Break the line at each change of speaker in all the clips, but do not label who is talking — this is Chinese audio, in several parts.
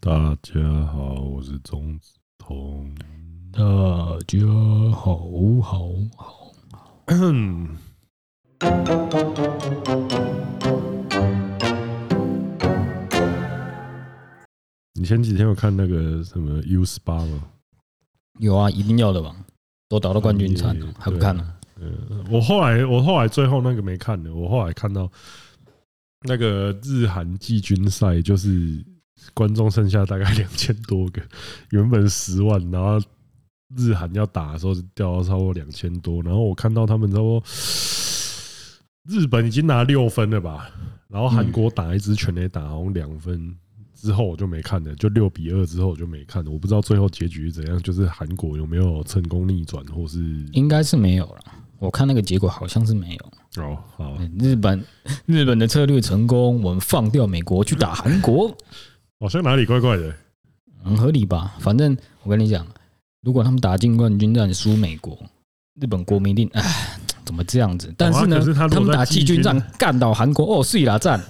大家好，我是钟子彤。
大家好，好，好，
你前几天有看那个什么 U SPA 吗？
有啊，一定要的吧？都打到冠军战了
嗯，
还不看啊呢、
嗯，我后来我后来最后那个没看的，我后来看到那个日韩季军赛，就是观众剩下大概两千多个，原本十万，然后日韩要打的时候就掉到超过两千多，然后我看到他们差不多日本已经拿六分了吧，然后韩国打一支全垒打好像两分。之后我就没看了，就六比二之后我就没看了，我不知道最后结局是怎样，就是韩国有没有成功逆转，或是
应该是没有了。我看那个结果好像是没有。
哦好，
嗯日本日本的策略成功，我们放掉美国去打韩 国，
好像哪里怪怪的。
很合理吧？反正我跟你讲，如果他们打进冠军战输美国，日本国民一定唉怎么这样子？但是呢，
哦啊可是他
他
如果
们打
在季
季军
军
战干倒韩国，哦，碎啦战，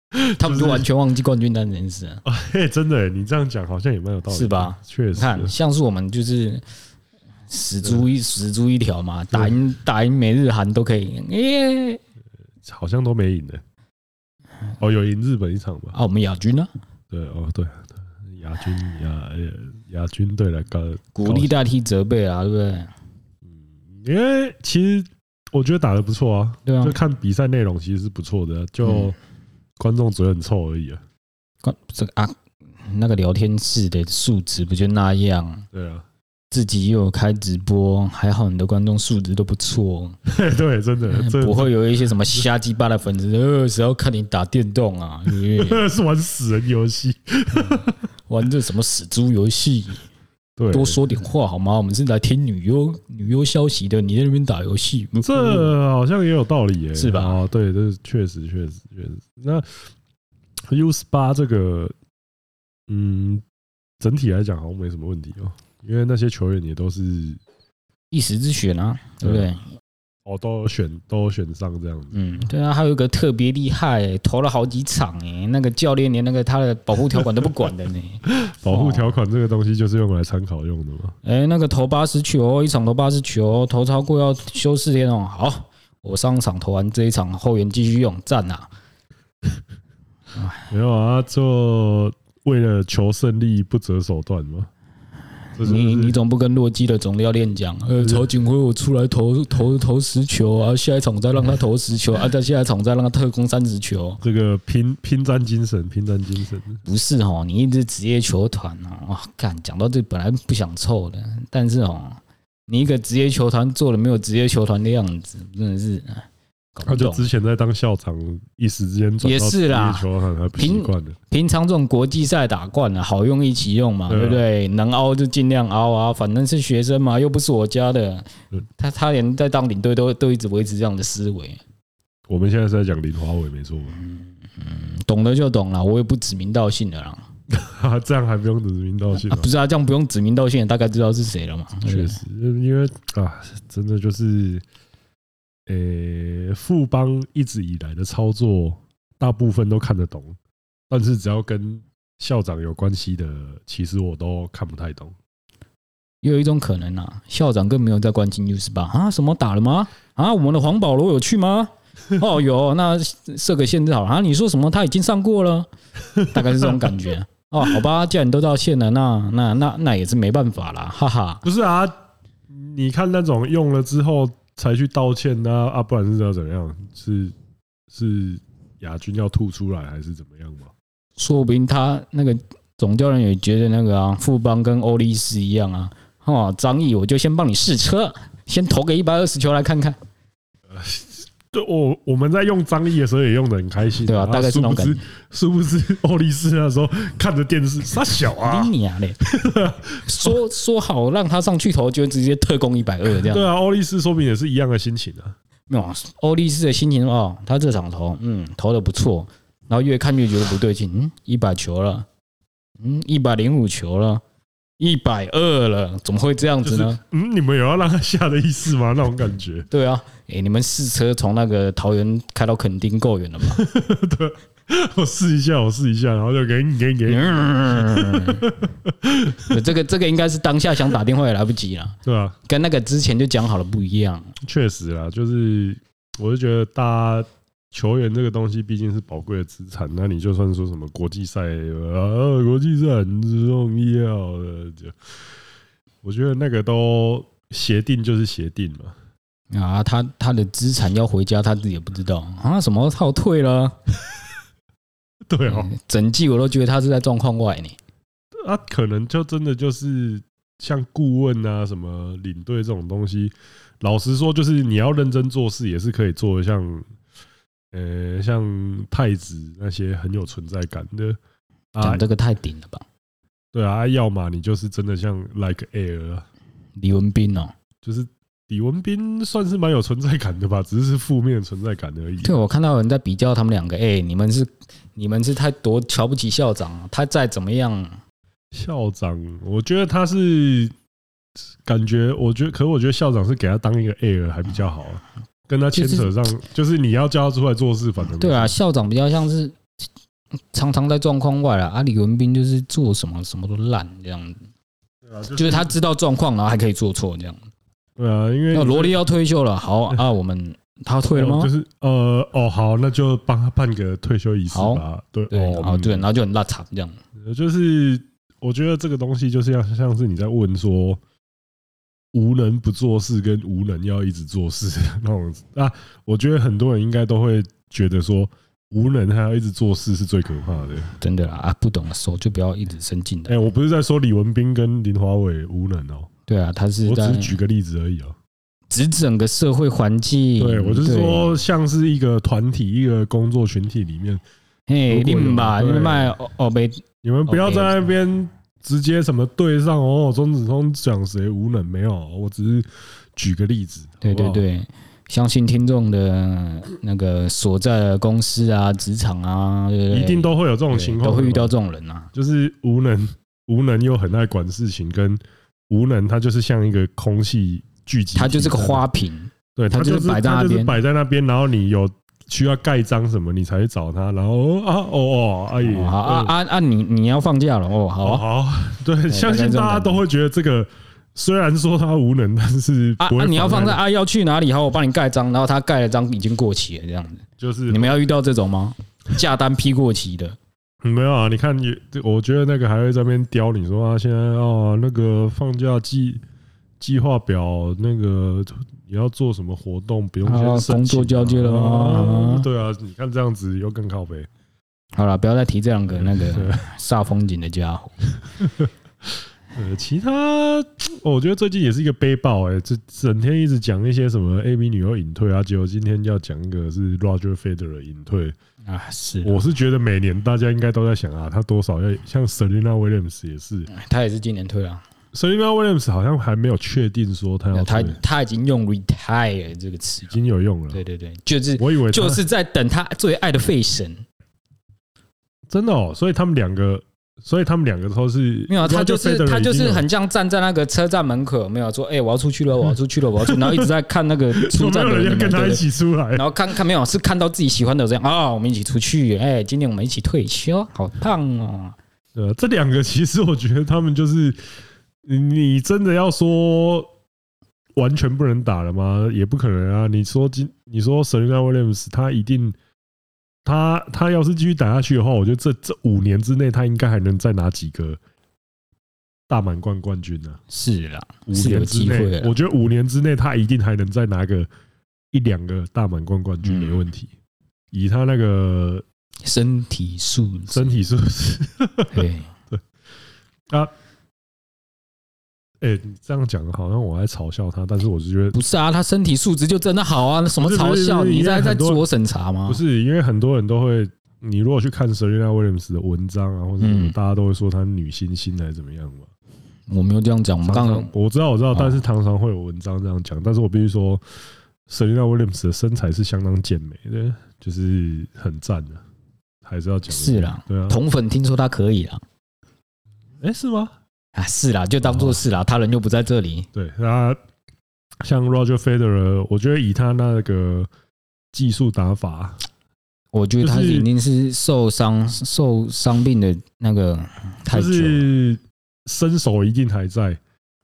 他们
就
就是完全忘记冠军战这件事了。啊
嘿， 真的欸，你这样讲好像也蛮有道理，
是吧？
确
你
实，
看，像是我们就是死猪一死猪一条嘛，打赢打赢美日韩都可以，耶、
好像都没赢的。哦，有赢日本一场吧？
啊，我们亚军呢、
对，哦，对，对亚军亚呃亚军队来搞，
鼓励代替责备啊，对不对？
因为其实我觉得打的不错啊，
对啊
就，看比赛内容其实是不错的，啊就
嗯
观众嘴很臭而已啊。
关这个啊，那个聊天室的数值不就那样？
对啊，
自己又有开直播，还好你的观众素质都不错，
嘿
哎
对，真 的，这
不会有一些什么瞎鸡巴的粉丝，呃，谁要看你打电动啊？ 耶
是玩死人游戏。
玩这什么死猪游戏？
对，
多说点话好吗？我们是来听女优女优消息的，你在那边打游戏，嗯
这好像也有道理耶、
是吧
哦，对，这确实确实确实。那 U 十八这个，嗯，整体来讲好像没什么问题哦，因为那些球员也都是
一时之选啊，对不对？
哦都有选都有选上这样子。
嗯，对啊，还有一个特别厉害、投了好几场哎、那个教练连那个他的保护条款都不管的 欸哦呢、
保护条款这个东西就是用来参考用的嘛。
哎、那个投八十球，一场投八十球，投超过要休四天哦。好，我上场投完这一场，后援继续用，赞啊！
没有啊，就为了求胜利不择手段嘛。这就是
你你总不跟洛基的总教练讲，呃，曹景辉我出来投投投十球啊，下一场我再让他投十 球啊，再下一场我再让他特攻三十球。
这个拼拼战精神，拼战精神。
不是哦，你一支职业球团啊，哇，干，讲到这本来不想凑的，但是哦，你一个职业球团做的没有职业球团的样子，真的是哎搞
他
不
就
懂。
之前在当校长，一时之间转
也
到
是
职业
啦
球场还不习
平
惯的。
平常这种国际赛打惯了、好用一起用嘛，
对啊
对不对？能凹就尽量凹啊，反正是学生嘛，又不是我家的
嗯。
他他连在当领队都都一直维持这样的思维，
我们现在是在讲林华伟，没错吧？
懂了就懂了，我也不指名道姓的啦。
这样还不用指名道姓啊、
啊不是啊，这样不用指名道姓，大概知道是谁了嘛。对不对
确实，因为啊，真的就是，呃、富邦一直以来的操作，大部分都看得懂，但是只要跟校长有关系的，其实我都看不太懂。
也有一种可能啊，校长更没有在关心 U 十八啊，什么打了吗？啊，我们的黄保罗有去吗？ 哦，有，那设个限制好了啊。你说什么？他已经上过了， 大概是这种感觉。哦，好吧，既然你都到线了，那那那那也是没办法啦，哈哈。
不是啊，你看那种用了之后才去道歉呢、啊，不然是要怎样？是是亚军要吐出来，还是怎么样吗？
说不定他那个总教练也觉得那个啊，富邦跟欧力士一样啊，哦，张毅我就先帮你试车，先投个一百二十球来看看，
对，我我们在用张毅的时候也用的很开心、
对吧、
啊？
大概
殊
是那
不
种
知
感觉。
殊不知 欧力士那时候看着电视，傻小啊
你，娘嘞！说说好让他上去投，就直接特攻一百二这样
对。啊，欧力士说不定也是一样的心情啊。
没有欧力士的心情哦，他这场投，嗯，投的不错，然后越看越觉得不对劲，嗯，一百球了，嗯，一百零五球了，一百二了，怎么会这样子呢？
嗯，你们有要让他下的意思吗？那种感觉，
对啊，诶，你们试车从那个桃园开到垦丁够远了吧？
对，我试一下，我试一下，然后就给你给你给
嗯
你，
这个这个应该是当下想打电话也来不及了，
对吧？
跟那个之前就讲好了不一样。
确实啦，就是我是觉得大家球员这个东西毕竟是宝贵的资产，那你就算说什么国际赛啊，国际赛很重要啊的，就我觉得那个都协定就是协定嘛，
啊，他他的资产要回家，他自己也不知道啊，什么套退了，嗯
对哦，
整季我都觉得他是在状况外呢。
啊，可能就真的就是像顾问啊、什么领队这种东西，老实说，就是你要认真做事，也是可以做的像，呃，像太子那些很有存在感的啊
讲，这个太顶了吧，
对啊，啊要么你就是真的像 like air，啊
李文斌哦，
就是李文斌算是蛮有存在感的吧，只是是负面的存在感而已。
对我看到有人在比较他们两个，哎，你们是你们是太多瞧不起校长啊，他再怎么样，
校长，我觉得他是感觉，我觉得，可我觉得校长是给他当一个 air 还比较好、啊，跟他牵扯上，就是你要叫他出来做事，反正
对啊，，校长比较像是常常在状况外了，啊，李文斌就是做什么什么都烂这样子，
对啊，
就是他知道状况，然后还可以做错这样。
对啊，因为哦
那罗莉要退休了，好啊，我们他退了吗
就？是呃，哦，好，那就帮他办个退休仪式
好
吧。对，
对，
哦，
好对，
嗯
然后就很拉惨这样。
就是我觉得这个东西就是要像是你在问说，无能不做事跟无能要一直做事那种啊，我觉得很多人应该都会觉得说，无能还要一直做事是最可怕的。
真的啦，啊，不懂的时候就不要一直伸进
哎、
的。
我不是在说李文斌跟林华伟无能哦、
对啊，他是
我只
在
是举个例子而已哦、
指整个社会环境。
对我就是
嗯对，
说，像是一个团体、一个工作群体里面，
嘿，
如果
你
有
们吧，
对
你们卖哦哦被
你们不要
OK，
在那边直接什么对上哦，钟子通讲谁无能没有，我只是举个例子。
对对
好不好，
对，相信听众的那个所在的公司啊、职场啊，对不对
一定都会有这种
对
情况，
都会遇到，这种人啊。
就是无能、无能又很爱管事情，跟无能他就是像一个空气聚集体，
他就是个花瓶，
对
它
它
就是
是
摆在那
它就是
边
摆在那边，然后你有需要盖章什么，你才去找他。然后啊，哦哦，阿姨，
哦好啊
嗯，
啊啊！你你要放假了哦，
哦
好啊
好，对，相信
大概这种
大家
感觉
都会觉得这个虽然说他无能，但是
啊
不会
啊！你要放
妨碍
在啊要去哪里？好，我帮你盖章，然后他盖了章已经过期了，这样子。
就是
你们要遇到这种吗？ 价单批过期的，
没有啊？你看你，我觉得那个还会在那边刁你说啊，现在哦那个放假计计划表那个。你要做什么活动？不用先
啊
申请啊、
工作交接了吗
啊对啊，你看这样子又更靠背。
好了，不要再提这两个那个
对
煞风景的家伙。
呃，其他我觉得最近也是一个背包哎、这整天一直讲一些什么 A B 女优隐退啊，结果今天要讲一个是 Roger Federer 隐退。
啊，是
我是觉得每年大家应该都在想啊，他多少要像 Serena Williams 也是
他也是今年退了，
，Serena Williams 好像还没有确定说他要
他
退，
他已经用 retire 这个词
已，经有用了
对。对对，就是
我以为他
就是在等他最爱的费神，
真的哦，所以他们两个，所以他们两个都是
没有，他
Roger
就是他
Federer
就
已经
是
有
很像站在那个车站门口，没有说，哎，我要出去了，我要出去了，我要出去，然后一直在看那个出
有没
站
有
的
人要
人有没有，
跟他
对
一
对对
起出来
然？后看看没有，是看到自己喜欢的这样啊，我们一起出去，哎，今年我们一起退休，好棒哦，
呃，这两个其实我觉得他们就是，你你真的要说完全不能打了吗？也不可能啊！你说今你说 Serena Williams，他一定，他他要是继续打下去的话，我觉得这这五年之内，他应该还能再拿几个大满贯冠军啊呢、
是啦，
五
是有
年之
机会
内，
的啦
我觉得五年之内，他一定还能再拿个一两个大满贯冠军，
嗯
没问题。以他那个
身体素质
身体是不是？
对。
哎、你 这样讲好像我在嘲笑他，但是我是觉得
不是啊，他身体素质就真的好啊，那什么
不是
嘲
不是
笑？
不是
你
因为
在在
很多
自我审查吗？
不，是，因为很多人都会，你如果去看 Serena Williams 的文章啊，或者什么
嗯
大家都会说她女星星还是怎么样嘛。
我没有这样讲，我们
常
刚
常
刚
我知道我知道，
哦
但是常常会有文章这样讲，但是我必须说，Serena Williams 的身材是相当健美的，就是很赞的，还是要讲一下
是啦，
对啊，
同粉听说他可以啦，
哎、是吗？
啊是啦，就当做是
哦
啦，他人又不在这里，
对，那像 Roger Federer，我觉得以他那个技术打法，
我觉得他
就是
已经是受伤、受伤病的那个太
就
久了，
是身手一定还在。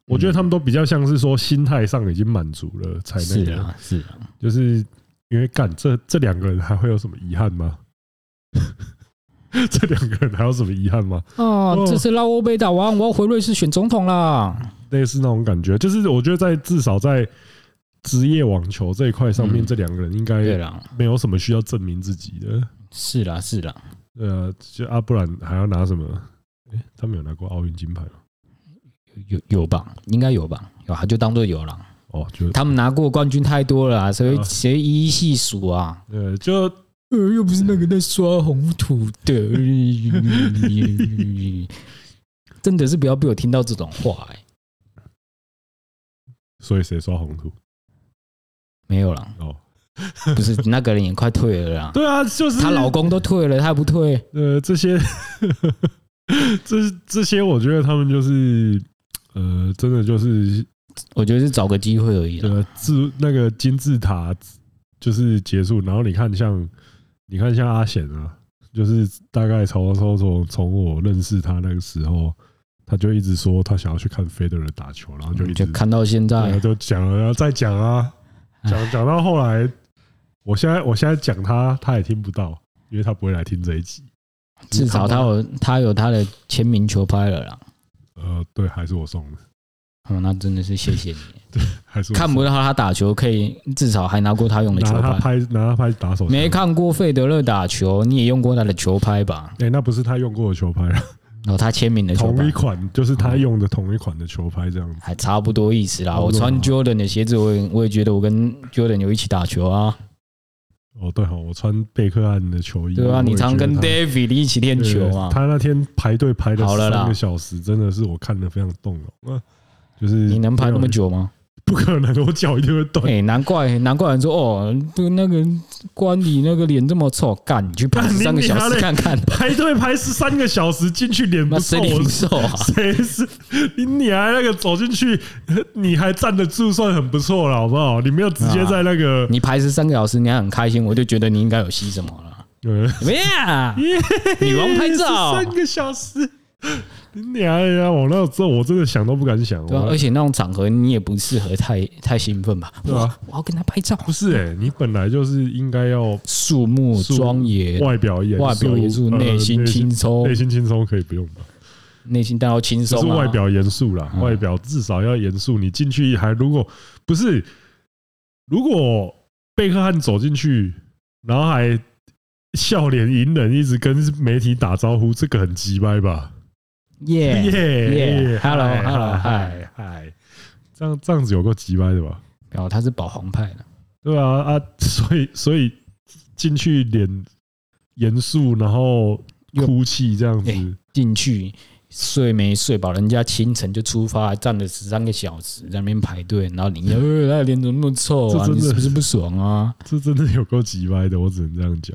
我觉得他们都比较像是说心态上已经满足了才那
嗯是
个，
啊是啊，
就是因为干这这两个人还会有什么遗憾吗？ 这两个人还有什么遗憾吗？
哦
哦，
这次拉欧杯打完，我要回瑞士选总统啦。
类似那种感觉，就是我觉得在至少在职业网球这一块上面，
嗯
这两个人应
对
该
啦，
没有什么需要证明自己的。
是啦是啦，
呃，就啊，不然还要拿什么？诶他们有拿过奥运金牌吗？
有有吧，应该有吧，有啊，就当做有啦。
哦，就
他们拿过冠军太多了啊，谁
啊
谁一一细数啊？
呃，就
呃，又不是那个在刷红土的， 真的是不要被我听到这种话哎、
所以谁刷红图？
没有 啦，
哦，
不是那个人也快退了啦，
对啊，就是
她老公都退了，她还不退，
呃，这些这这些，我觉得他们就是呃，真的就是
我觉得是找个机会而已啦。
呃，自那个金字塔就是结束，然后你看像你看像阿显啊，就是大概从从从从我认识他那个时候，他就一直说他想要去看费德勒打球，然后就一直
嗯就看到现
对啊
在，
就讲了，然后再讲啊，讲讲到后来，我现在我现在讲他，他也听不到，因为他不会来听这一集。
至少她有她有她的签名球拍了啦。
呃，对，还是我送的，
哦，那真的是谢谢你，
还是我
看
送的
不到她打球，可以至少还拿过她用的球
啊拿他
拍。
拍拿他拍打手枪
没？看过费德勒打球，你也用过他的球拍吧？
哎、那不是他用过的球拍，
然后他签名的球
同
拍哦
一，款，就是他用的同一款的球拍这样子。
还差不多意思啦。
差不
我
多
穿 Jordan 的鞋子，我也我也觉得我跟 Jordan 有一起打球啊，
哦，对哦，我穿贝克汉的球衣，
对啊，
我也
你常跟
觉得
David 一起练
他
球啊嘛
对。他那天排队排了
好了啦
三个小时，真的是我看的非常动容啊。就是
你能排那么？久吗？
不可能，我脚一定会断
哎、。难怪难怪人说哦，那个关你那个脸这么臭，干你去排
干 你
三个小
娘
时
嘞
看看，
排队排十三个小时，进去脸
那
不
谁
臭，
脸瘦啊？
谁是你？你还那个走进去，你还站得住，算很不错了，好不好？你没有直接在那个，
你排十三个小时，你还很开心，我就觉得你应该有吸什么了。 啊
呃
怎么 样？女王拍照，
三个小时，你娘呀！我那时候我真的想都不敢想，
对、啊，
我
而且那种场合你也不适合太太兴奋吧？
对啊
哇，我要跟他拍照，
不是哎、你本来就是应该要
肃穆
肃
庄严，
外表严肃，
外表严肃，
呃
内心轻，松
内，心轻松可以不用吧？
内心当然要轻
就
松
是
啊
外表严肃啦，
嗯
外表至少要严肃。你进去还如果不是，如果贝克汉走进去，然后还笑脸隐忍，一直跟媒体打招呼，这个很鸡掰吧？哎
耶
耶
hello hello 嗨，
嗨嗨，哎这样这样子有够鸡掰的吧？
然后他是保皇派的，
对啊啊，所以所以进去脸严肃，然后
又
哭泣这样子，
哎进去睡没睡饱，人家清晨就出发，站了十三个小时在那边排队，然 后你呃，那脸怎么那么臭啊？
这真的
你是不是不 爽啊？
这真的有够鸡掰的，我只能这样讲。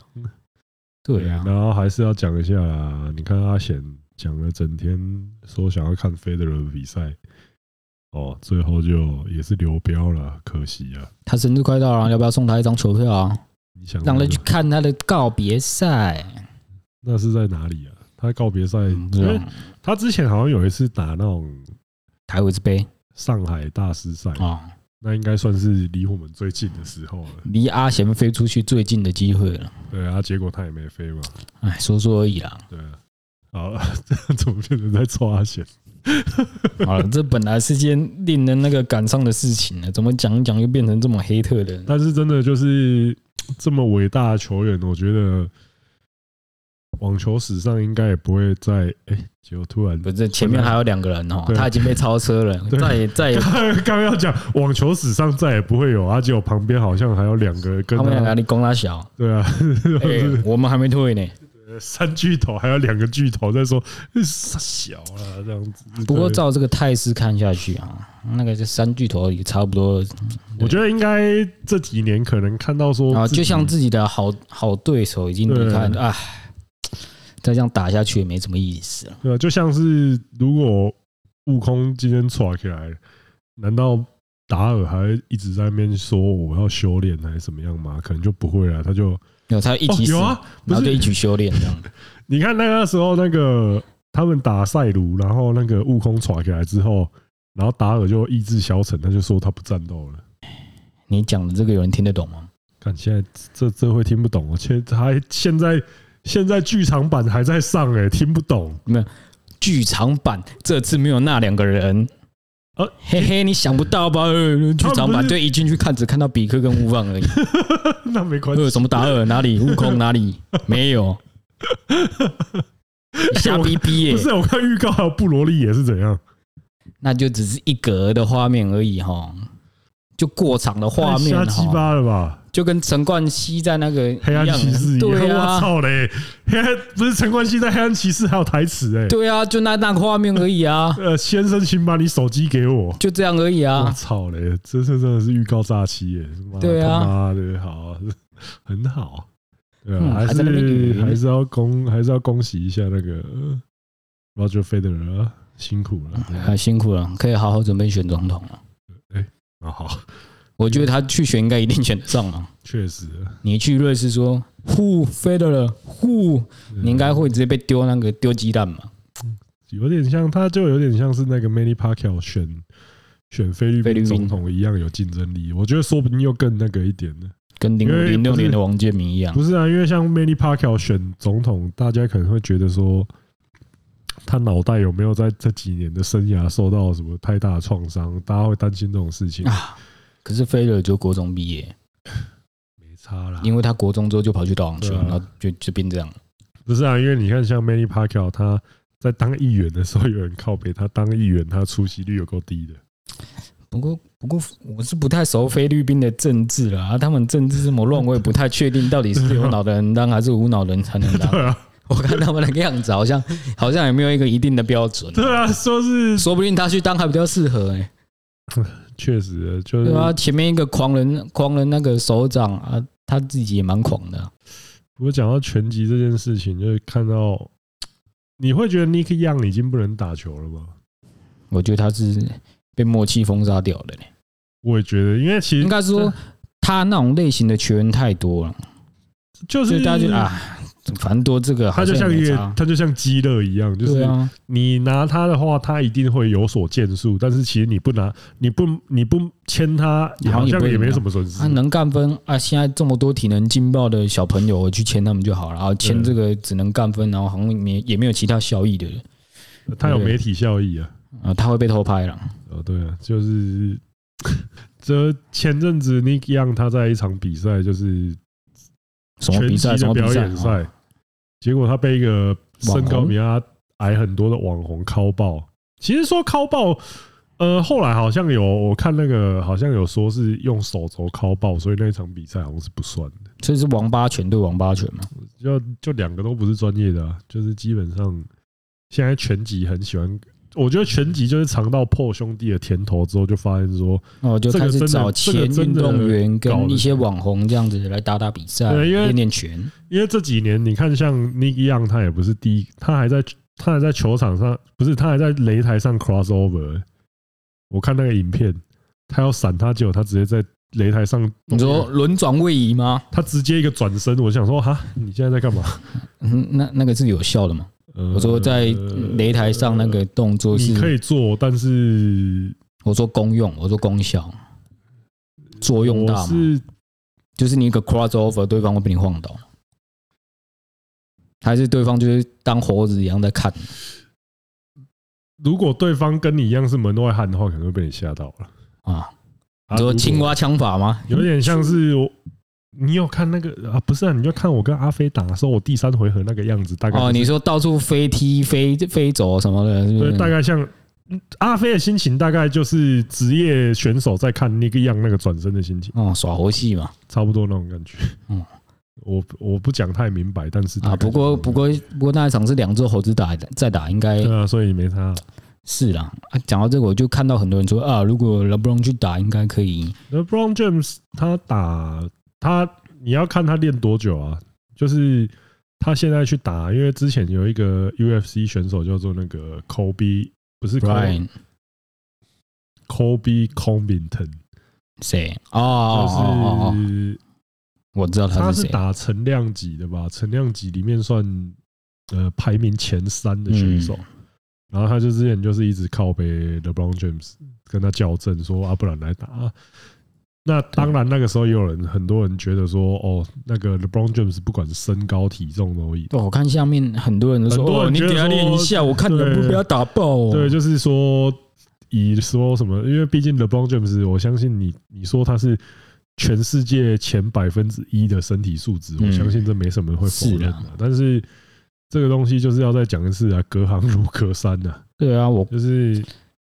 对啊，
然后还是要讲一下啦，你看阿贤讲了整天说想要看费德勒比赛，哦，最后就也是流标了，可惜啊。
他生日快到了，要不要送他一张球票啊？
你想
让
那
他
个
去看他的告别赛。
那是在哪里啊？他告别赛，
嗯
因为他之前好像有一次打那种
台维之杯
上海大师赛，
啊，
那应该算是离我们最近的时候了。
离阿贤飞出去最近的机会了。
对啊，结果他也没飞嘛。
哎，说说而已啦。
对啊，好， 这样怎么变成在抽阿贤？
好了，这本来是件令人那个感伤的事情啊呢，怎么讲一讲又变成这么黑特的？
但是真的就是这么伟大的球员，我觉得网球史上应该也不会再哎、结果突然
不是前面还有两个人哦，
对
他已经被超车了，
对
再也再也
刚刚 刚要讲网球史上再也不会有啊，结果旁边好像还有两个跟
他们两个
他
你攻他小，
对啊，
哎，我们还没退呢。
三巨头还有两个巨头在说呃傻小了这样子。
不过
对
照这个态势看下去啊，那个这三巨头也差不多
我觉得应该这几年可能看到说
啊，
自己
就像自己的好好对手已经离开，
对
哎，再这样打下去也没什么意思了。
对啊，就像是如果悟空今天耍起来，难道达尔还一直在那边说我要修炼还是怎么样吗？可能就不会了，他就
有他一
哦
起死，
有啊，不
然后就是一起修炼这样。
你看那个时候那个他们打赛卢，然后那个悟空耍起来之后，然后达尔就意志消沉，他就说他不战斗了。
你讲的这个有人听得懂吗？
看现在这这会听不懂，现在还现在现在剧场版还在上哎、听不懂。
剧场版这次没有那两个人，
呃
嘿嘿，你想不到吧？呃剧
他
场
们不
版
是
对一进去看只看到比克跟乌旺 而已，
那没关系
呃，，什么达尔哪里，悟空 哪里没有，你瞎逼逼耶
不！是我看预告还有布罗利也是怎样，
那就只是一格的画面而已哈，就过场的画面
太瞎鸡
哈，
巴了吧？
就跟陈冠希在那个
黑暗
一样
骑士一样，
对
我
啊，
操嘞！黑暗不是陈冠希在黑暗骑士还有台词哎、
对啊，就那那个画面而已啊，
呃，先生，请把你手机给我。
就这样而已
我
啊。
操嘞！这次真的是预告诈欺耶！妈的
对啊
他妈的好，很好。对啊，
嗯
还
还在那边
是
语
还是要恭还是要恭喜一下那个呃 Roger Federer，啊辛苦了。对啊
啊，辛苦了，可以好好准备选总统了。
啊，好，
我觉得他去选应该一定选得上了。
确实，
你去瑞士说 “who Federer who”，你应该会直接被丢那个丢鸡蛋吧？
有点像，他就有点像是那个 Manny Pacquiao 选选菲律
菲律
宾
宾
总统一样有竞争力。我觉得说不定又更那个一点呢。
跟零
因为
零六
不是
年的王建民一样
不，是啊，因为像 Manny Pacquiao 选总统，大家可能会觉得说，他脑袋有没有在这几年的生涯受到什么太大的创伤？大家会担心这种事情
啊。可是 Federer 就国中毕业，
没差啦，
因为他国中之后就跑去打网球，
对啊
然后就就变这样。
不是啊，因为你看像 Manny Pacquiao 他。在当议员的时候，有人靠北，他当议员，他出席率有够低的。
不过，不过我是不太熟菲律宾的政治了啊，他们政治这么乱，我也不太确定到底是有脑的人当还是无脑的人才能 当。
对啊，
我看他们那个样子，好像好像也没有一个一定的标 准。
对啊，说是
说不定他去当还比较适合哎、
确实就是
对啊，前面一个狂人狂人那个首长啊，他自己也蛮狂的啊、
不过讲到拳击这件事情，就是看到你会觉得 Nick Young 已经不能打球了吗？
我觉得他是被默契封杀掉的、欸，
我也觉得，因为其
应
实
该说他那种类型的球员太多了，
就
所
是
以大家就，啊，反正多这个
他
好
就像
也
一
没
个
差。
他就像鸡肋一样，就
对
是
啊，
你拿他的话，他一定会有所建树，但是其实你不拿，你不你不签他，好
好像也
像
不会
也
怎么
没
样
什么损失
他。能干分啊！现在这么多体能劲爆的小朋友，我去签他们就好了。啊，签这个只能干分，然后好像没也没有其他效益的
他有
对
媒体效益啊，
啊，他会被偷拍了。
哦对啊，就是 这前阵子 Nick Young 他在一场比赛就是
什么比
拳击
赛？什
的
么比
表
赛哦啊
演？赛，结果他被一个身高比他矮很多的网红敲爆。其实说敲爆，呃，后来好像有我看那个好像有说是用手肘敲爆，所以那一场比赛好像是不算的。
所以是王八拳对王八拳嘛？
就就两个都不是专业的、啊，就是基本上现在拳击很喜欢。我觉得拳击就是尝到破兄弟的甜头之后，就发现说，
哦，就开始找前运动员跟一些网红这样子来打打比赛，
对因为
练练拳。
因为这几年你看，像 Nick Young 他也不是第一，他还在他还在球场上，不是他还在擂台上 crossover。我看那个影片，他要闪他，结果他直接在擂台上，
你说轮转位移吗？
他直接一个转身，我想说哈，你现在在干嘛？
嗯，那那个是有效的吗？
呃
我说在擂台上那个动作
你可
是，
以做，但是
我说功用，我说功效，作用
我
大吗？
是
就是你一个 crossover，对方会被你晃倒，还是对方就是当猴子一样在看？
如果对方跟你一样是门外汉的话，可能会被你吓到了
啊。
啊
你说
如果
青蛙枪法吗？
有点像是我，你有看那个啊？不是啊，你就看我跟阿飞打的时候，我第三回合那个样子，大概
哦，
就是
你说到处飞踢、飞飞走什么的，是不
对
是，？
大概像嗯阿飞的心情，大概就是职业选手在看那个样那个转身的心情，
哦，耍猴戏嘛。
差不多那种感觉。
嗯，
我我不讲太明白，但是大
啊，
概
不过
就是
不过不过那一场是两只猴子打再打，应该
对啊，所以没差。
是啦。啊，讲到这个，我就看到很多人说啊，如果 LeBron 去打，应该可以。
那 Brown James 他打他，你要看他练多久啊？就是他现在去打，因为之前有一个 UFC 选手叫做那个 Kobe，不是 Kobe
Brian
Kobe Covington，
谁？哦哦哦哦
就
哦，
是
我知道
他
他
是
谁。
打陈量级的吧？陈量级里面算呃排名前三的选
嗯
手。然后他就之前就是一直靠背 LeBron James 跟他校正说啊，不然来打。啊那当然，那个时候也有人，很多人觉得说，哦，那个 LeBron James 不管身高体重都一，
对，我看下面很多人都说，
很多人
哦，你
觉得
给他练一
说
下，我看能不能
对
被他打爆、哦。
对，就是说以说什么，因为毕竟 LeBron James，我相信你，你说他是全世界前百分之一的身体素质，我
嗯
相信这没什么人会否认
是
的、
啊
但是这个东西就是要再讲一次啊，隔行如隔山呐、啊，
对啊，我
就是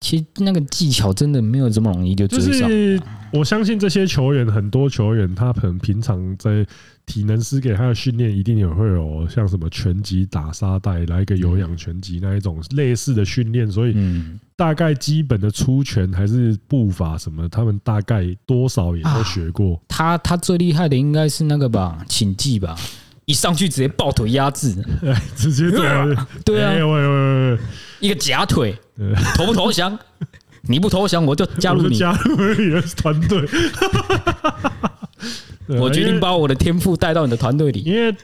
其实那个技巧真的没有这么容易就追
就
上。
是我相信这些球员，很多球员他可能平常在体能师给他的训练，一定也会有像什么拳击打沙袋，来一个有氧拳击那一种类似的训练，所以
嗯，
大概基本的出拳还是步伐什么，他们大概多少也都学过。
他他最厉害的应该是那个吧，请记吧，一上去直接抱腿压制，
哎， 直接做了。
啊对
哎
啊，
喂喂喂
一个假腿
对，
投不 投降？你不投降，我就加
喂，
入
我就
你，
加入你的团 队。对啊
我决
因为
定把我的天赋带到你的团队里。
因为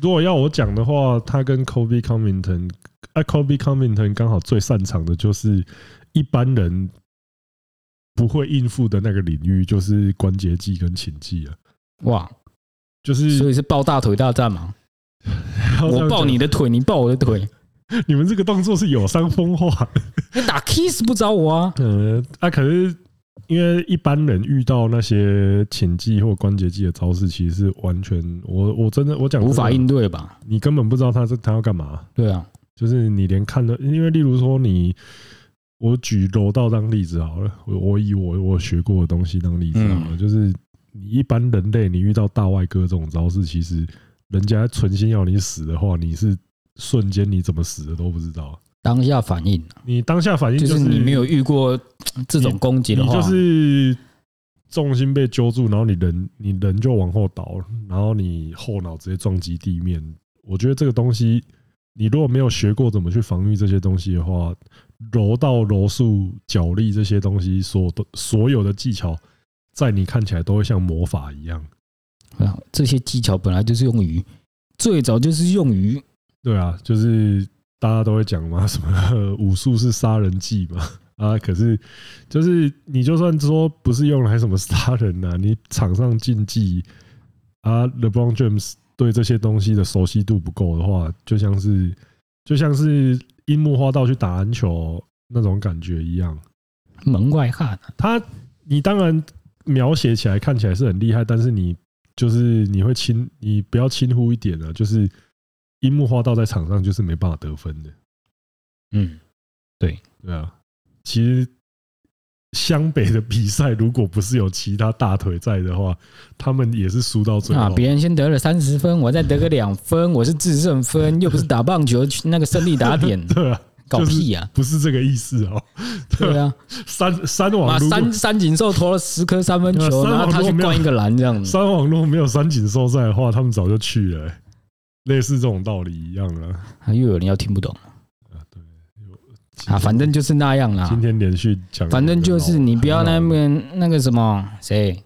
如果要我讲的话，他跟 Kobe Covington，啊，Kobe Covington 刚好最擅长的就是一般人不会应付的那个领域，就是关节技跟擒技啊。
哇，
就是
所以是抱大腿大战嘛，我抱，你的腿，你抱我的腿，
你们这个动作是有伤风化。
你打 kiss 不找我啊？
呃，啊，可是因为一般人遇到那些擒技或关节技的招式，其实是完全我我真的我讲真
无
的
法应，对吧？
你根本不知道他是他要干嘛，
对啊，
就是你连看的，因为例如说你。我举柔道当例子好了，我我以我我学过的东西当例子好了，
嗯
就是你一般人类，你遇到大外哥这种招式，其实人家存心要你死的话，你是瞬间你怎么死的都不知道，
当下反应
你当下反应
就是是你没有遇过这种攻击的
你
话，
就是重心被揪住，然后你人你人就往后倒了，然后你后脑直接撞击地面。我觉得这个东西，你如果没有学过怎么去防御这些东西的话，柔道、柔术、脚力这些东西，所有的所有的技巧，在你看起来都会像魔法一样。
啊，这些技巧本来就是用于最早就是用于
对啊，就是大家都会讲嘛， 什么呃武术是杀人技嘛，啊，可是就是你就算说不是用来什么杀人呐、你场上竞技啊，LeBron James 对这些东西的熟悉度不够的话，就像是就像是樱木花道去打篮球那种感觉一样，
门外汉啊、
他你当然描写起来看起来是很厉害，但是你就是你会轻，你不要轻忽一点啊，就是樱木花道在场上就是没办法得分的，
嗯，
对啊。其实湘北的比赛如果不是有其他大腿在的话，他们也是输到最后。，
啊，别人先得了三十分，我再得个两分，我是制胜分，又不是打棒球去那个胜利打点
对啊，
搞屁呀、
不是这个意思哦。
对啊，
三三
妈
网如果
啊三三井寿投了十颗三分球，
对啊
然
三
后他
网
去
如果没有
灌一个篮这样子，
三网如果没有三井寿在的话，他们早就去了欸、类似这种道理一样了
啊又有人要听不懂
啊，对
啊，反正就是那样啦
今。天连续讲，
啊反正
哦
就是你不要那边那个什么谁，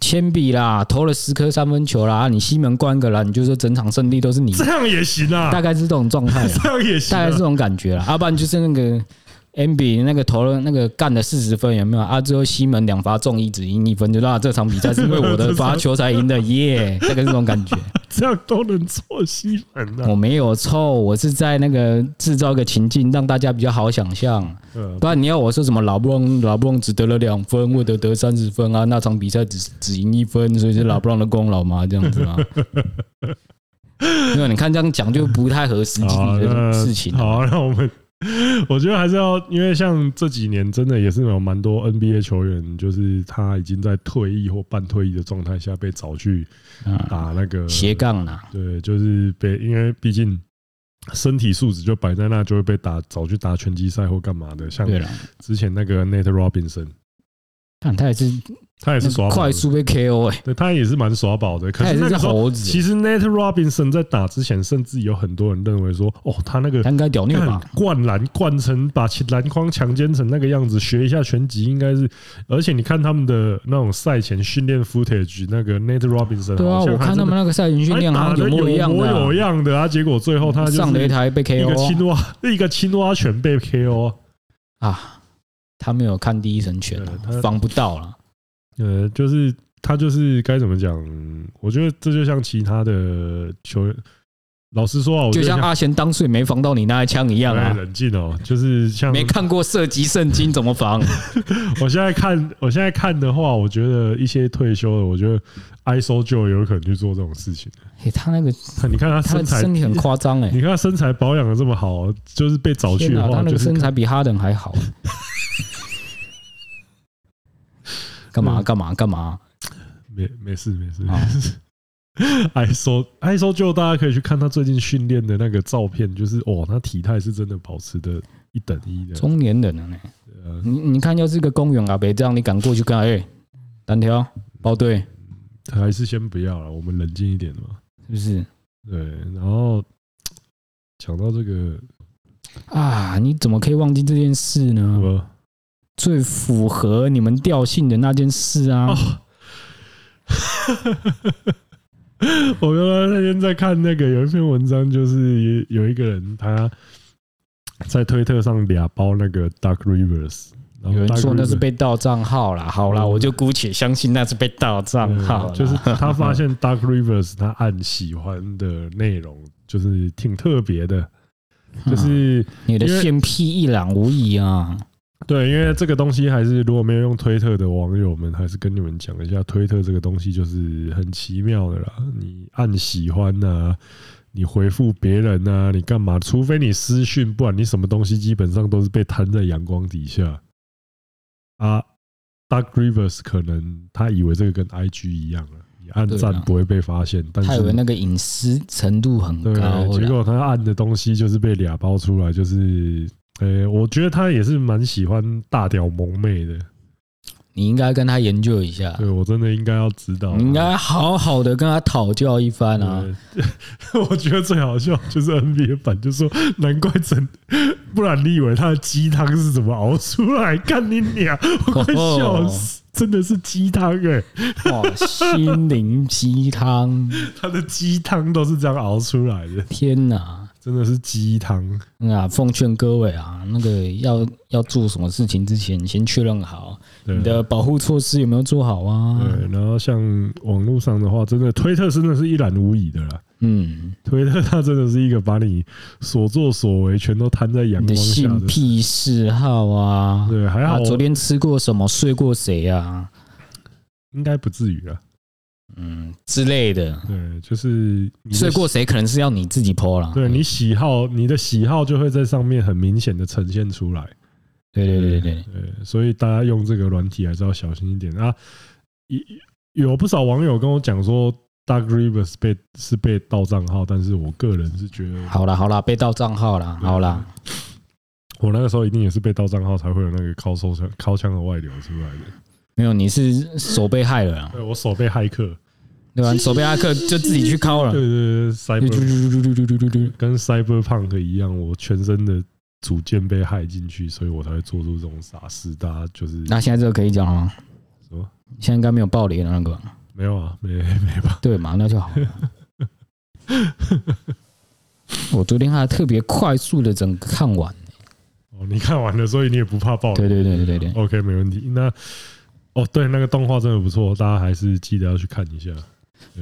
铅笔啦，投了十颗三分球啦，啊你西门灌一个篮，你就说整场胜利都是 你，
这样也行啊，
大概是这种状态啦。
这样也行、
大
啊，
概是这种感觉啦。要、不然就是那个 M B 那个投了那个干了四十分有没有啊？最后西门两罚中一，只赢一分，就那这场比赛是因为 我
这
的
场
罚球才赢的，耶！大概是这种感觉。
这样都能做啊西门的、
我没有臭，我是在那个制造一个情境，让大家比较好想象。
呃
不然你要我说什么老布朗老布朗只得了两分，魏德得三十分啊？那场比赛只只赢一分，所以是老布朗的功劳嘛？这 样子啊？因为你看这样讲就不太合实际
好
啊的
那
事情。啊
好，那我们我觉得还是要，因为像这几年真的也是有蛮多 NBA 球员，就是他已经在退役或半退役的状态下被找去
啊，
打那个
斜，杠啊啦。
对，就是被因为毕竟。身体素质就摆在那，就会被打，找去打拳击赛或干嘛的。像
对了，
之前那个 Nate Robinson，
看他也是
他也是耍宝的
快速被 KO 哎、
对他也是蛮耍宝的。可
他也
是
是
那
只
个时候，
猴子
其
欸，
实 Nate Robinson 在打之前，甚至有很多人认为说，哦，他那个
他应该屌虐吧
干？灌篮灌成把其篮筐强奸成那个样子，学一下拳击应该是。而且你看他们的那种赛前训练 footage，那个 Nate Robinson，
对啊，
好像
我
还
看他
真
们
的
那个赛前训练
还
好
打
像
得
有模
有
一样的
模有
啊、
样的啊，结果最后他就是
上擂台哦被啊
一个
KO
青蛙，一个青蛙拳被 KO，
啊，他没有看第一神拳啊
对他，
防不到了。
呃，就是他就是该怎么讲？我觉得这就像其他的球员，老实说啊，我觉
就
得
像阿贤当初也没防到你那一枪一样
哎
啊，
冷静哦，就是像
没看过射击圣经怎么 防？
我现在看，我现在看的话，我觉得一些退休的，我觉得 ISO 就有可能去做这种事情。
嘿，哎他那个
你看他
他
身材，
身体很夸张哎，
你看他身材保养的这么好，就是被找去
天
的
哪，他
话，
那
就
个
是
身材比哈登还好。 干嘛
嗯
干嘛干嘛？
没没事没事。
啊
ISO ISO 就大家可以去看他最近训练的那个照片，就是哦，他体态是真的保持的一等一的。
中年人了呢？
呃
你你看，要是一个公园啊，别这样，你敢过去跟他哎单挑包队
还是先不要了，我们冷静一点嘛。
是不是
对，然后讲到这个，
啊？你怎么可以忘记这件事呢？
我
最符合你们调性的那件事啊
哦！ 我原来那天在看那个有一篇文章，就是有一个人他在推特上俩包那个 Dark Rivers，然后
有人
Dark
说那是
Rivers-
被盗账号啦，好啦，
嗯
我就姑且相信那是被盗账号啦
对就是他发现 Dark Rivers 他按喜欢的内容就是挺特别的，就是
嗯你的
因为
线屁一览无遗啊！
对，因为这个东西还是如果没有用推特的网友们，还是跟你们讲一下，推特这个东西就是很奇妙的啦。你按喜欢呐、你回复别人呐、你干嘛？除非你私讯，不然你什么东西基本上都是被摊在阳光底下。啊，Dark Rivers 可能他以为这个跟 IG 一样了，你按赞
对啦
不会被发现，但是
他以为那个隐私程度很
对
高，
结
啦，
果他按的东西就是被俩包出来，就是，呃、我觉得他也是蛮喜欢大屌萌妹的。
你应该跟他研究一下，
对我真的应该要知道，
啊
啊
你应该好好的跟他讨教一番啊！
对。 我觉得最好笑就是 NBA 版，就说难怪整，不然你以为他的鸡汤是怎么熬出来？干你娘！我快
哦
笑死，真的是鸡汤哎，
哇，心灵鸡汤，
他的鸡汤都是这样熬出来的，
天哪！
真的是鸡汤。
那奉劝各位啊，那个要要做什么事情之前，先确认好
对
你的保护措施有没有做好啊？
对，然后像网络上的话，真的推特真的是一览无遗的啦。
嗯，
推特它真的是一个把你所作所为全都摊在阳
你的
光下
性
的。
癖嗜好啊，
对，还好
啊，昨天吃过什么，睡过谁啊，
应该不至于啦。
嗯之类的，
对，就是你的
睡过谁可能是要你自己剖啦。
对你喜好，你的喜好就会在上面很明显的呈现出来。
对对对对对，
对，所以大家用这个软体还是要小心一点啊。一有不少网友跟我讲说，Dark Rivers 被是被盗账号，但是我个人是觉得，
好啦好啦，被盗账号啦，
对
好啦，
我那个时候一定也是被盗账号才会有那个靠手枪靠枪的外流出来的。
没有你是手被害了啦，
对我手被骇客，
对吧？手被骇客就自己去敲
对
了
对，对，Cyber 跟 Cyberpunk 一样，我全身的组件被害进去，所以我才会做出这种傻事。大家就是
那现在这个可以讲了吗？
什么？
现在应该没有暴雷的那个吧，
没有啊，没没吧？
对嘛？那就好了。我昨天还特别快速的整个看完，
哦，你看完了，所以你也不怕爆雷
对对对对对对，
OK，没问题。那哦，对，那个动画真的不错，大家还是记得要去看一下。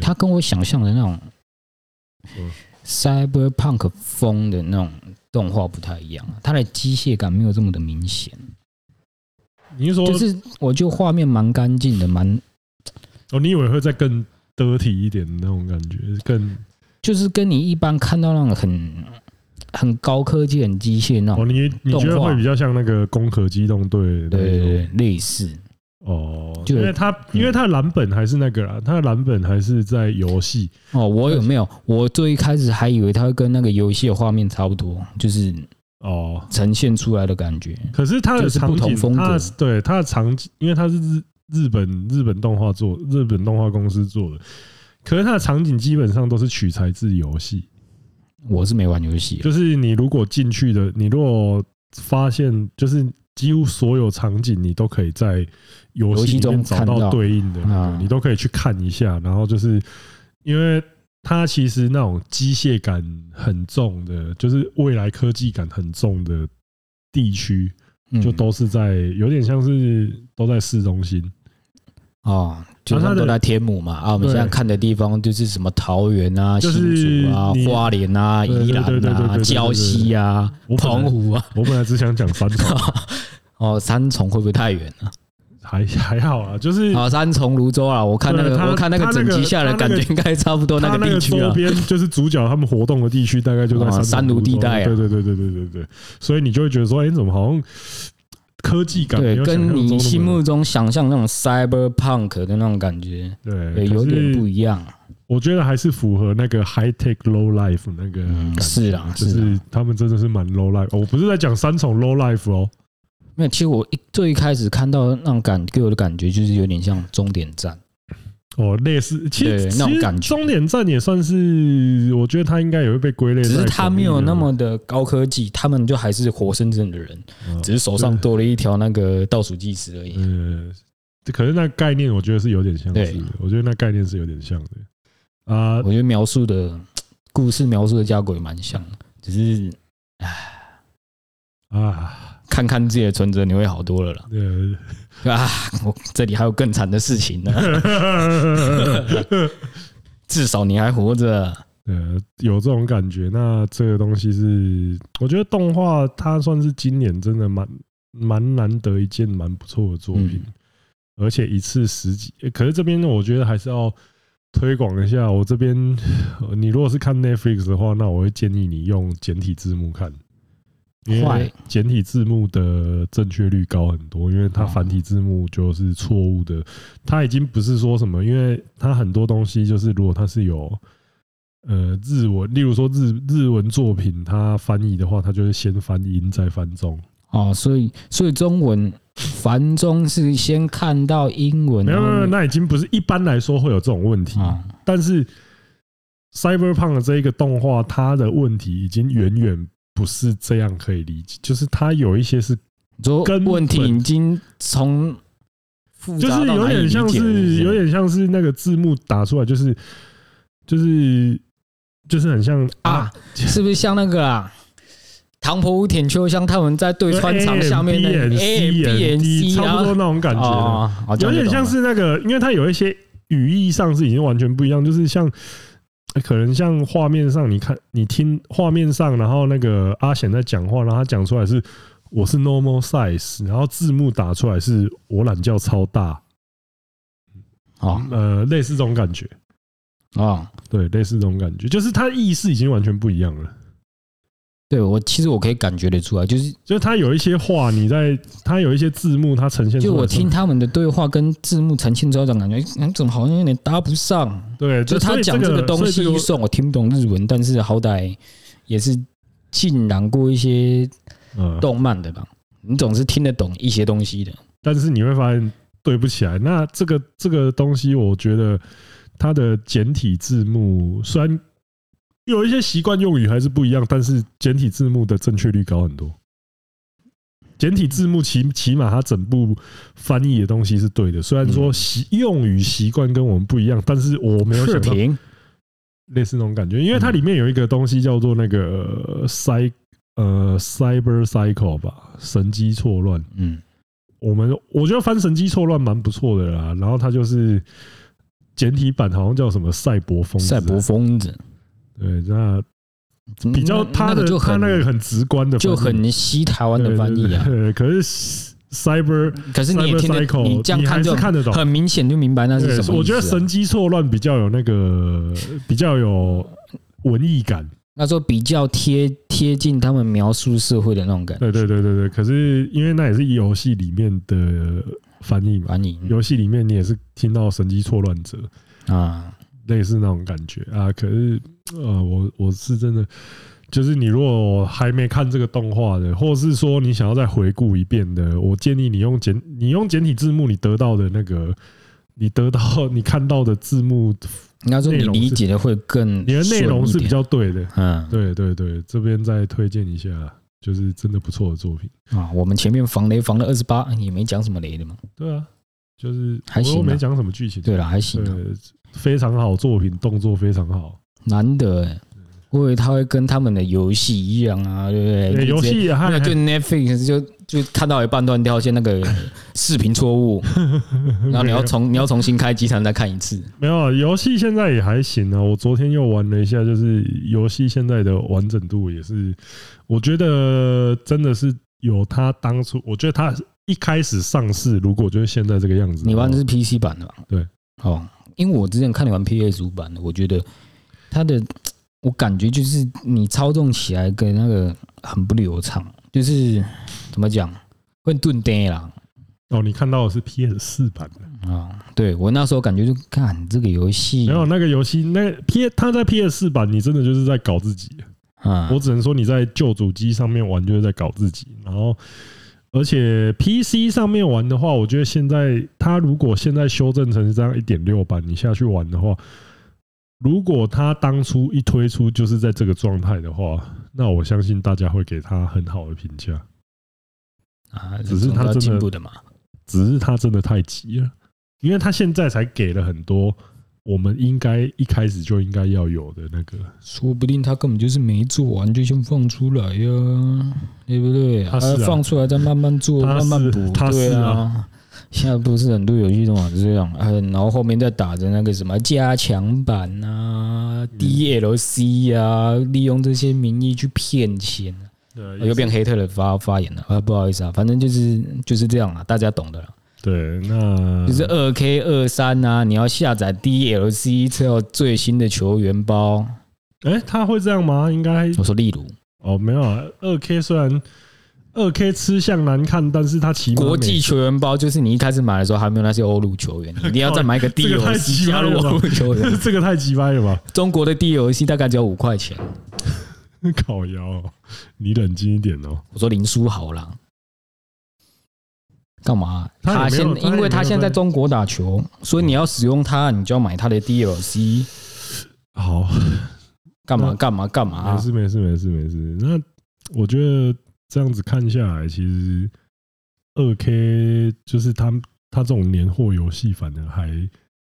它跟我想象的那种
嗯
cyberpunk 风的那种动画不太一样，啊它的机械感没有这么的明显，
你是说、
就是我觉得画面蛮干净的，蛮
哦？你以为会再更得体一点的那种感觉，更
就是跟你一般看到那种很很高科技、很机械那
哦？
种，
你你觉得
动画
会比较像那个《攻壳机动队》那一种
对对对，类似，
哦？
就嗯
因为它因为它的蓝本还是那个啦，它的蓝本还是在游戏。
哦，我有没有？我最一开始还以为它会跟那个游戏的画面差不多，就是
哦，
呈现出来的感觉。
可是它的
就是不
场
同
景，
风格
它的对它的场景，因为它是日日本日本动画做，日本动画公司做的，可是它的场景基本上都是取材自游戏，
我是没玩游戏啊，
就是你如果进去的，你如果发现就是。几乎所有场景你都可以在游
游戏
戏里面
中
找
看
到
到
对应的那个，
啊
你都可以去看一下。然后就是因为它其实那种机械感很重的，就是未来科技感很重的地区，
嗯
就都是在有点像是都在市中心，
哦，就
然
是
后它的
都在天母嘛啊，我们
对
现在看的地方就是什么桃园啊、
就是
新竹啊
你、
花莲啊、
对对
宜兰
对对对对对
啊、
对
礁溪啊
我、本来
澎 湖啊，
我本来只想讲三重，
哦，三重会不会太远了？
还还好啊，就是
啊，三重泸州啊，我看那
对
个
它
我看那个
它那
整
个
集下
它
来，
那
感
个
觉应该差不多
它
个
那
地
个
区
周
啊。
边就是主角他们活动的地区，大概就在
哦
三
三
芦
芦地带啊
对对对对对对对，所以你就会觉得说，哎，怎么好像科技感没
对，
有想象
跟你
中
心
那么
目中想象那种 cyberpunk 的那种感觉，
对
对，有点不
一，
一样。啊
我觉得还是符合那个 high tech low life 那个感
嗯
觉
是啊
就是是他们真的是蛮 low life，哦我不是在讲三重 low life 哦，
没有，其实我一最一开始看到那种感，给我的感觉就是有点像终点站。
哦，类似，其实
对
其
那种
实
感觉
终点站也算是，我觉得它应该也会被归类在啊
只
同一个，
是他没有那么的高科技，他们就还是活生生的人，
嗯，
只是手上多了一条那个倒数计时而已。
呃，这可是那概念，我觉得是有点相似
对
的。我觉得那概念是有点像的啊。
我觉得描述的故事描述的架构也蛮像的，只是
啊，
看看自己的存折，你会好多了啦。
呃，
啊，我这里还有更惨的事情呢，至少你还活着。
呃，有这种感觉。那这个东西是，我觉得动画它算是今年真的蛮蛮难得一件蛮不错的作
嗯
品，而且一次十几。呃可是这边呢，我觉得还是要推广一下。我这边，呃你如果是看 Netflix 的话，那我会建议你用简体字幕看，因为
坏
简体字幕的正确率高很多，因为
哦
它繁体字幕就是错误的。它已经不是说什么，因为它很多东西就是，如果它是有呃日文，例如说日日文作品，它翻译的话，它就是先翻音再翻中。
哦，所以所以中文繁中是先看到英文，
没有没有，没有
然后
那已经不是一般来说会有这种问题。
啊，
但是 Cyberpunk 的这一个动画，它的问题已经远远不是这样可以理解，就是它有一些是，
你说
根本
问题已经从复
就
杂
是
到
有
难
点
以理解
像
了，
是
不
有点像是那个字幕打出来，就是就是就是很像
啊，是不是像那个啊？唐伯虎点秋香，他们在对穿肠下面的
呃 A
A B N
D，
C，然啊
差不
后
多那种感觉的。
哦，哦这
有点
样就懂
像
了
是那个，因为它有一些语义上是已经完全不一样，就是像呃可能像画面上，你看你听画面上，然后那个阿贤在讲话，然后他讲出来是我是 normal size，然后字幕打出来是我懒觉超大，
哦
呃，类似这种感觉，
哦，
对，类似这种感觉，就是它意思已经完全不一样了。
对我其实我可以感觉得出来，就是
就是它有一些话，你在它有一些字幕，它呈现出来
就我
是
听他们的对话跟字幕呈现之后，这种感觉嗯怎么好像有点搭不上？
对，所
就他
以
讲这
个
个东
所以这
西，
个
虽然我听不懂日文，但是好歹也是浸染过一些
嗯
动漫的吧，你总是听得懂一些东西的。
但是你会发现对不起来。那这个这个东西，我觉得它的简体字幕虽然有一些习惯用语还是不一样，但是简体字幕的正确率高很多。简体字幕起起码它整部翻译的东西是对的，虽然说
嗯
习用语习惯跟我们不一样，但是我没有
视
想到
频
类似那种感觉，因为它里面有一个东西叫做那个 cy 呃 cyber cycle 吧，神机错乱。
嗯，
我们我觉得翻神机错乱蛮不错的啦。然后它就是简体版，好像叫什么赛博风，
赛博疯子
对，那比较
那
它
那
的
个就
它
很
那个很直观的翻译，
就很西台湾的翻译啊
对。。对对可是 cyber
可是你也
cyber
听得，你
cycle
这样
你还
看
是
就
看得懂。
很明显就明白那是
对
什么意思啊。
我觉得神机错乱比较有那个比较有文艺感。
那时候比较贴贴近他们描述社会的那种感觉。
对对对对对，可是因为那也是游戏里面的翻译嘛，
翻译
游戏里面你也是听到神机错乱者。
啊，
类似那种感觉啊。可是呃，我我是真的就是你如果还没看这个动画的，或是说你想要再回顾一遍的，我建议你用简你用简体字幕，你得到的那个你得到你看到的字幕，
应该说你理解的会更
你的内容是比
顺一点
较对的。
嗯
对对对，这边再推荐一下，就是真的不错的作品。
啊，我们前面防雷防了二十八，也没讲什么雷的嘛。
对啊，就是
还
我
行啊
又没讲什么剧情，
对了，还行啊，
对，非常好作品，动作非常好。
难得哎、我以为他会跟他们的游戏一样啊，对不对？
对
就
哎游
直接
戏也还
对，就 Netflix 就就看到一半断掉线，那个视频 错误，然后你要重你要重新开机才能再看一次。
没有啊游戏现在也还行啊。我昨天又玩了一下，就是游戏现在的完整度也是，我觉得真的是有它当初，我觉得它一开始上市，如果就是现在这个样子，
你玩的是 PC 版的吧？
哦对，
哦，因为我之前看你玩 PS 五版的，我觉得它的我感觉就是你操纵起来跟那个很不流畅，就是怎么讲会顿呆啦。
哦，你看到的是 PS 四版的，
啊、对我那时候感觉就看这个游戏，
没有那个游戏，那 P 它在 PS 四版，你真的就是在搞自己。
啊，
我只能说你在旧主机上面玩就是在搞自己，然后而且 PC 上面玩的话，我觉得现在它如果现在修正成这样一点六版，你下去玩的话，如果它当初一推出就是在这个状态的话，那我相信大家会给它很好的评价。
啊，
只是它
总要
真的
进步的嘛，
只是它真的太急了，因为它现在才给了很多我们应该一开始就应该要有的那个，
说不定他根本就是没做完就先放出来呀、对不对？
他是啊
啊放出来再慢慢做，
他
慢
是
慢补，
他是
对
啊
啊。现在不是很多游戏都往这样，嗯，然后后面再打着那个什么加强版啊、DLC 啊，利用这些名义去骗钱，啊
对
又变黑特的发发言了啊，不好意思啊，反正就是就是这样啊，大家懂的啦。
对，那
就是二 K 二三啊，你要下载 DLC 才有最新的球员包。
哎、他会这样吗？应该
我说例如
哦，没有啊，二 K 虽然二 K 吃相难看，但是它起码
国际
每
球员包，就是你一开始买的时候还没有那些欧陆 球员，你一定要再买一个
这个太
DLC
鸡巴
加
了。
入欧陆球员
这个太鸡掰了吧？
中国的 DLC 大概只要五块钱。
烤腰哦，你冷静一点哦。
我说林书豪啦，干嘛？
他有没有
他现
他有没有
因为他现在
在
在中国打球，所以你要使用他，你就要买他的 DLC。
好，
干嘛
那
干嘛干嘛
嗯没
啊？
事没事没事没事。那我觉得这样子看下来，其实二 K 就是它它这种年货游戏，反而还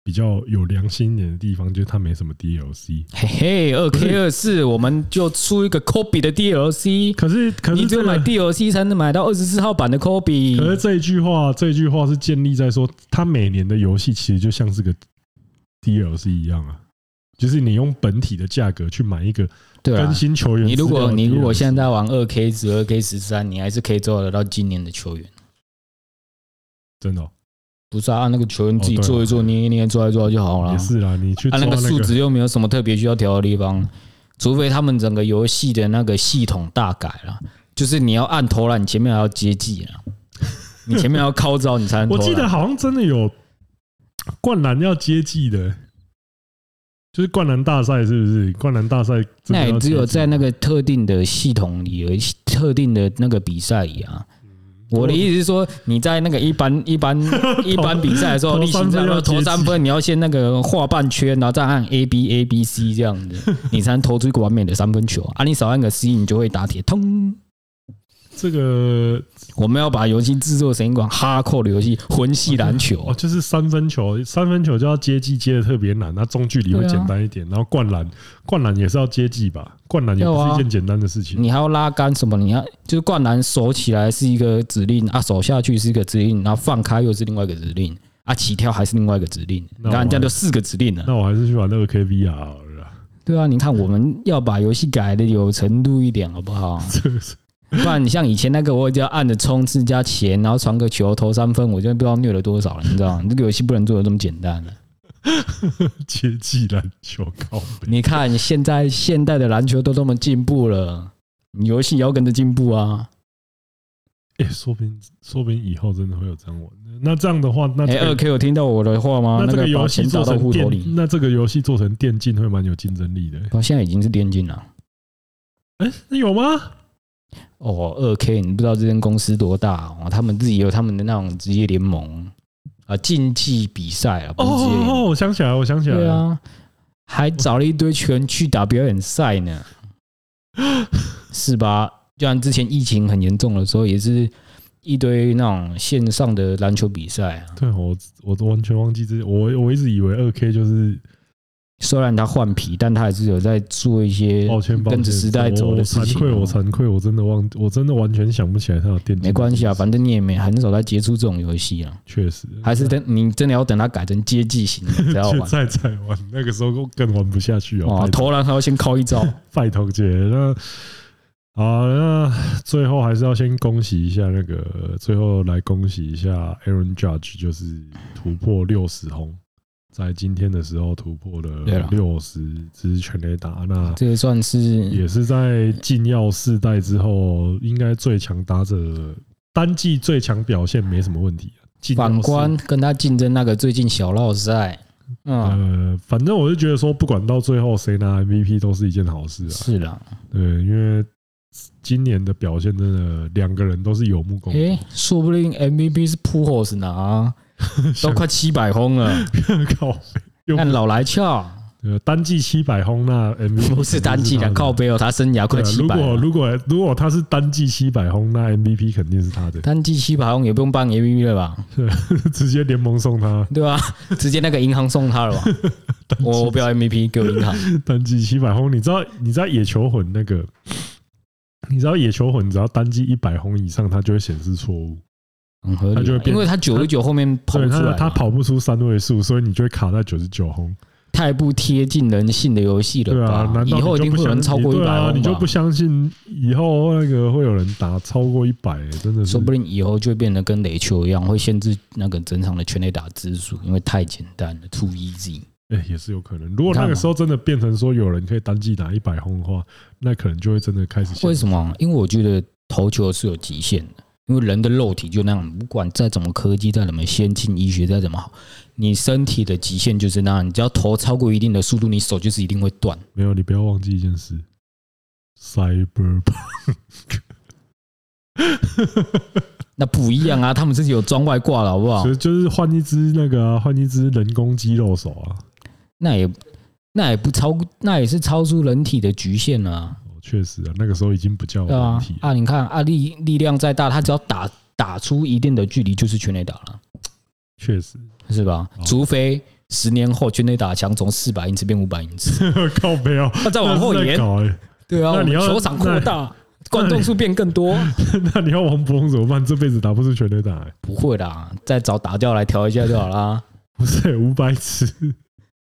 比较有良心一点的地方，就是它没什么 DLC。
嘿嘿，二 K 二四，我们就出一个 Kobe 的 DLC。
可是可是
你只
这
有
个
买 DLC 才能买到二十四号版的
可是
Kobe。
这一句话，这一句话是建立在说，它每年的游戏其实就像是个 DLC 一样啊，就是你用本体的价格去买一个
对啊
更，新球员
你
资料的 DLC。
如果你如果现在玩二 K 十二 K 十三，你还是可以做得到今年的球员。
真的哦、
不是啊，按那个球员自
哦
己
对啊
做一做，捏一捏，抓一抓就好了。
也
啊，
是啦，你去抓
那
个
个数值又没有什么特别需要调的地方，除非他们整个游戏的那个系统大改了，就是你要按投篮，你前面还要接技了，你前面还要靠招，你才能投
我
篮。
记得好像真的有灌篮要接技的，就是灌篮大赛是不是？灌篮大赛真的
那
要
也只有
接技
在那个特定的系统里，有一些特定的那个比赛里啊。我的意思是说，你在那个一般一 般一般比赛的时候，
投
例行赛
三分要
要投
接
三
技
分，你要先那个画半圈，然后再按 A B A B C 这样 子，你才能投出一个完美的三分球啊！你少按个 C，你就会打铁通。
这个
我们要把游戏制作成一款哈扣的游戏，魂系篮球啊
哦，。就是三分球，三分球就要接技接的特别难，那中距离会
对啊
简单一点，然后灌篮，灌篮也是要接技吧，灌篮也不
要
是
啊
一件简单的事情。
你还要拉杆什么？你要就是灌篮手起来是一个指令啊，手下去是一个指令，然后放开又是另外一个指令啊，起跳还是另外一个指令。
那
你
我
看这样就四个指令了。
那我还是去玩二 K VR 好了啦，
对啊，你看我们要把游戏改的有程度一点，好不 好？
这个是
不然你像以前那个，我只要按着冲刺加钱，然后传个球投三分，我就不知道虐了多少了，你知道吗？这个游戏不能做的这么简单啊 了。
接技篮球靠背。
你看现在现代的篮球都这么进步了，你游戏也要跟着进步啊。
哎、说不定说不定以后真的会有这样玩的。那这样的话，那
哎，
这
二
个
K 有听到我的话吗？
那这
个
个游
把
戏
钱打
做
到
成
户头里
电，，那这个游戏做成电竞会蛮有竞争力的、
哦，现在已经是电竞了。
哎，那有吗？
哦，二 K，你不知道这间公司多大哦，他们自己有他们的那种职业联盟啊，竞技比赛啊，不
哦
是职业联
哦，
盟，
哦我想起来，我想起来
对
了，
啊，还找了一堆球员去打表演 赛呢，是吧？就像之前疫情很严重的时候，也是一堆那种线上的篮球比赛啊。
对我我都完全忘记这，我我一直以为二 K 就是
虽然他换皮，但他还是有在做一些
抱歉抱歉，
跟着时代走
我
的
我
事情
惭
哦。
愧，我惭愧，我真的忘，我真的完全想不起来他有电竞。
没关系啊，反正你也没很少在接触这种游戏啊。
确实
还是等你真的要等它改成接技型的才要
现
玩。
在才玩，那个时候更玩不下去哦
哦，。投篮还要先靠 一招，
拜托姐，那好，那最后还是要先恭喜一下那个，最后来恭喜一下 Aaron Judge，就是突破六十轰，在今天的时候突破
对
了
了
六十支全垒打，那
这个算是
也是在禁药世代之后，应该最强打者单季最强表现没什么问题、啊。禁药世
反观跟他竞争那个最近小绕赛，嗯，
呃，反正我就觉得说，不管到最后谁拿 MVP 都是一件好事啊。
是啦。
对，因为今年的表现真的两个人都是有目共睹，
诶，说不定 MVP 是 p u h o s 拿啊，都快七百轰了，
靠北又不
看老来俏，
呃单季七百轰，那 MVP
不是单季
肯定
的
他
靠背哦， 他生涯
对
快
啊
七
如
百，
果如果如果他是单季七百轰，那 MVP 肯定是他 的，
单季七百轰也不用办 MVP 了吧？
直接联盟送他
对吧、直接那个银行送他了吧？我我不要 MVP，给我银行。
单季七百轰。你知道你知道野球魂那个，你知道野球魂只要单季一百轰以上，它就会显示错误。
很合
他就
理
会
啊，
变
因为他九十九后面跑
对，
不出
他
来，啊
他，跑不出三位数，所以你就会卡在九十九轰。
太不贴近人性的游戏
对
了
啊
吧？，
难道
以后一
你就
定
不
会有人
相
超过一
对
百、
啊，你就不相信以后那个会有人打超过一百、真的是
说不定以后就会变得跟垒球一样，会限制那个整场的全垒打支数，因为太简单了，too easy。
哎、也是有可能。如果那
你看
个
嘛
时候真的变成说有人可以单季打一百轰的话，那可能就会真的开始想
为什么？因为我觉得投球是有极限的，因为人的肉体就那样，不管再怎么科技，再怎么先进医学，再怎么好，你身体的极限就是那样。你只要投超过一定的速度，你手就是一定会断。
没有？你不要忘记一件事，Cyberpunk
那不一样啊，他们自己有装外挂了，好不好
所？以就是换一只那个啊换、一只人工肌肉手啊，
那也那也不超，那也是超出人体的局限了、啊，
哦确实啊，那个时候已经不叫
对
问
啊
题了。
啊，你看啊，力力量再大，他只要打打出一定的距离，就是全垒打了，
确实，
是吧？
哦
除非十年后全垒打墙从四百英尺变五百英 尺，
靠没有，
那再往后
那是在
延，
搞哎、
对啊，
那
我
你
们
要
球场扩大，观众数变 更多，
那你要王博龙怎么办？这辈子打不出全垒打、欸，
不会啦，再找打掉来调一下就好啦。
不是五百尺，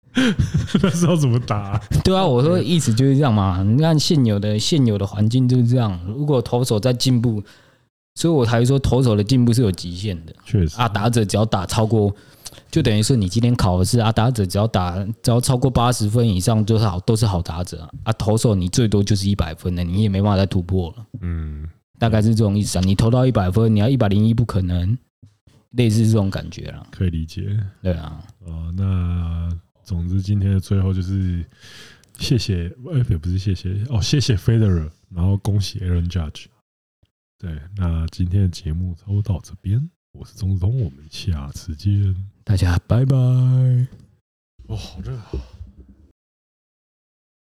那时候怎么打啊、
对啊，我说意思就是这样嘛。你看现有的现有的环境就是这样，如果投手在进步，所以我才说投手的进步是有极限的。
确实，
啊，打者只要打超过，就等于是你今天考的是啊，打者只要打只要超过八十分以上，就是好都是好打者啊。啊投手你最多就是一百分的，你也没办法再突破了，
嗯，
大概是这种意思啊。你投到一百分，你要一百零一不可能，类似这种感觉啦。
可以理解
对啊，
啊。那总之今天的最后就是谢谢，哎，也不是谢谢哦，谢谢 Federer，然后恭喜 Aaron Judge。对，那今天的节目都到这边，我是钟钟，我们下次见。
大家拜拜。
哦，好热啊！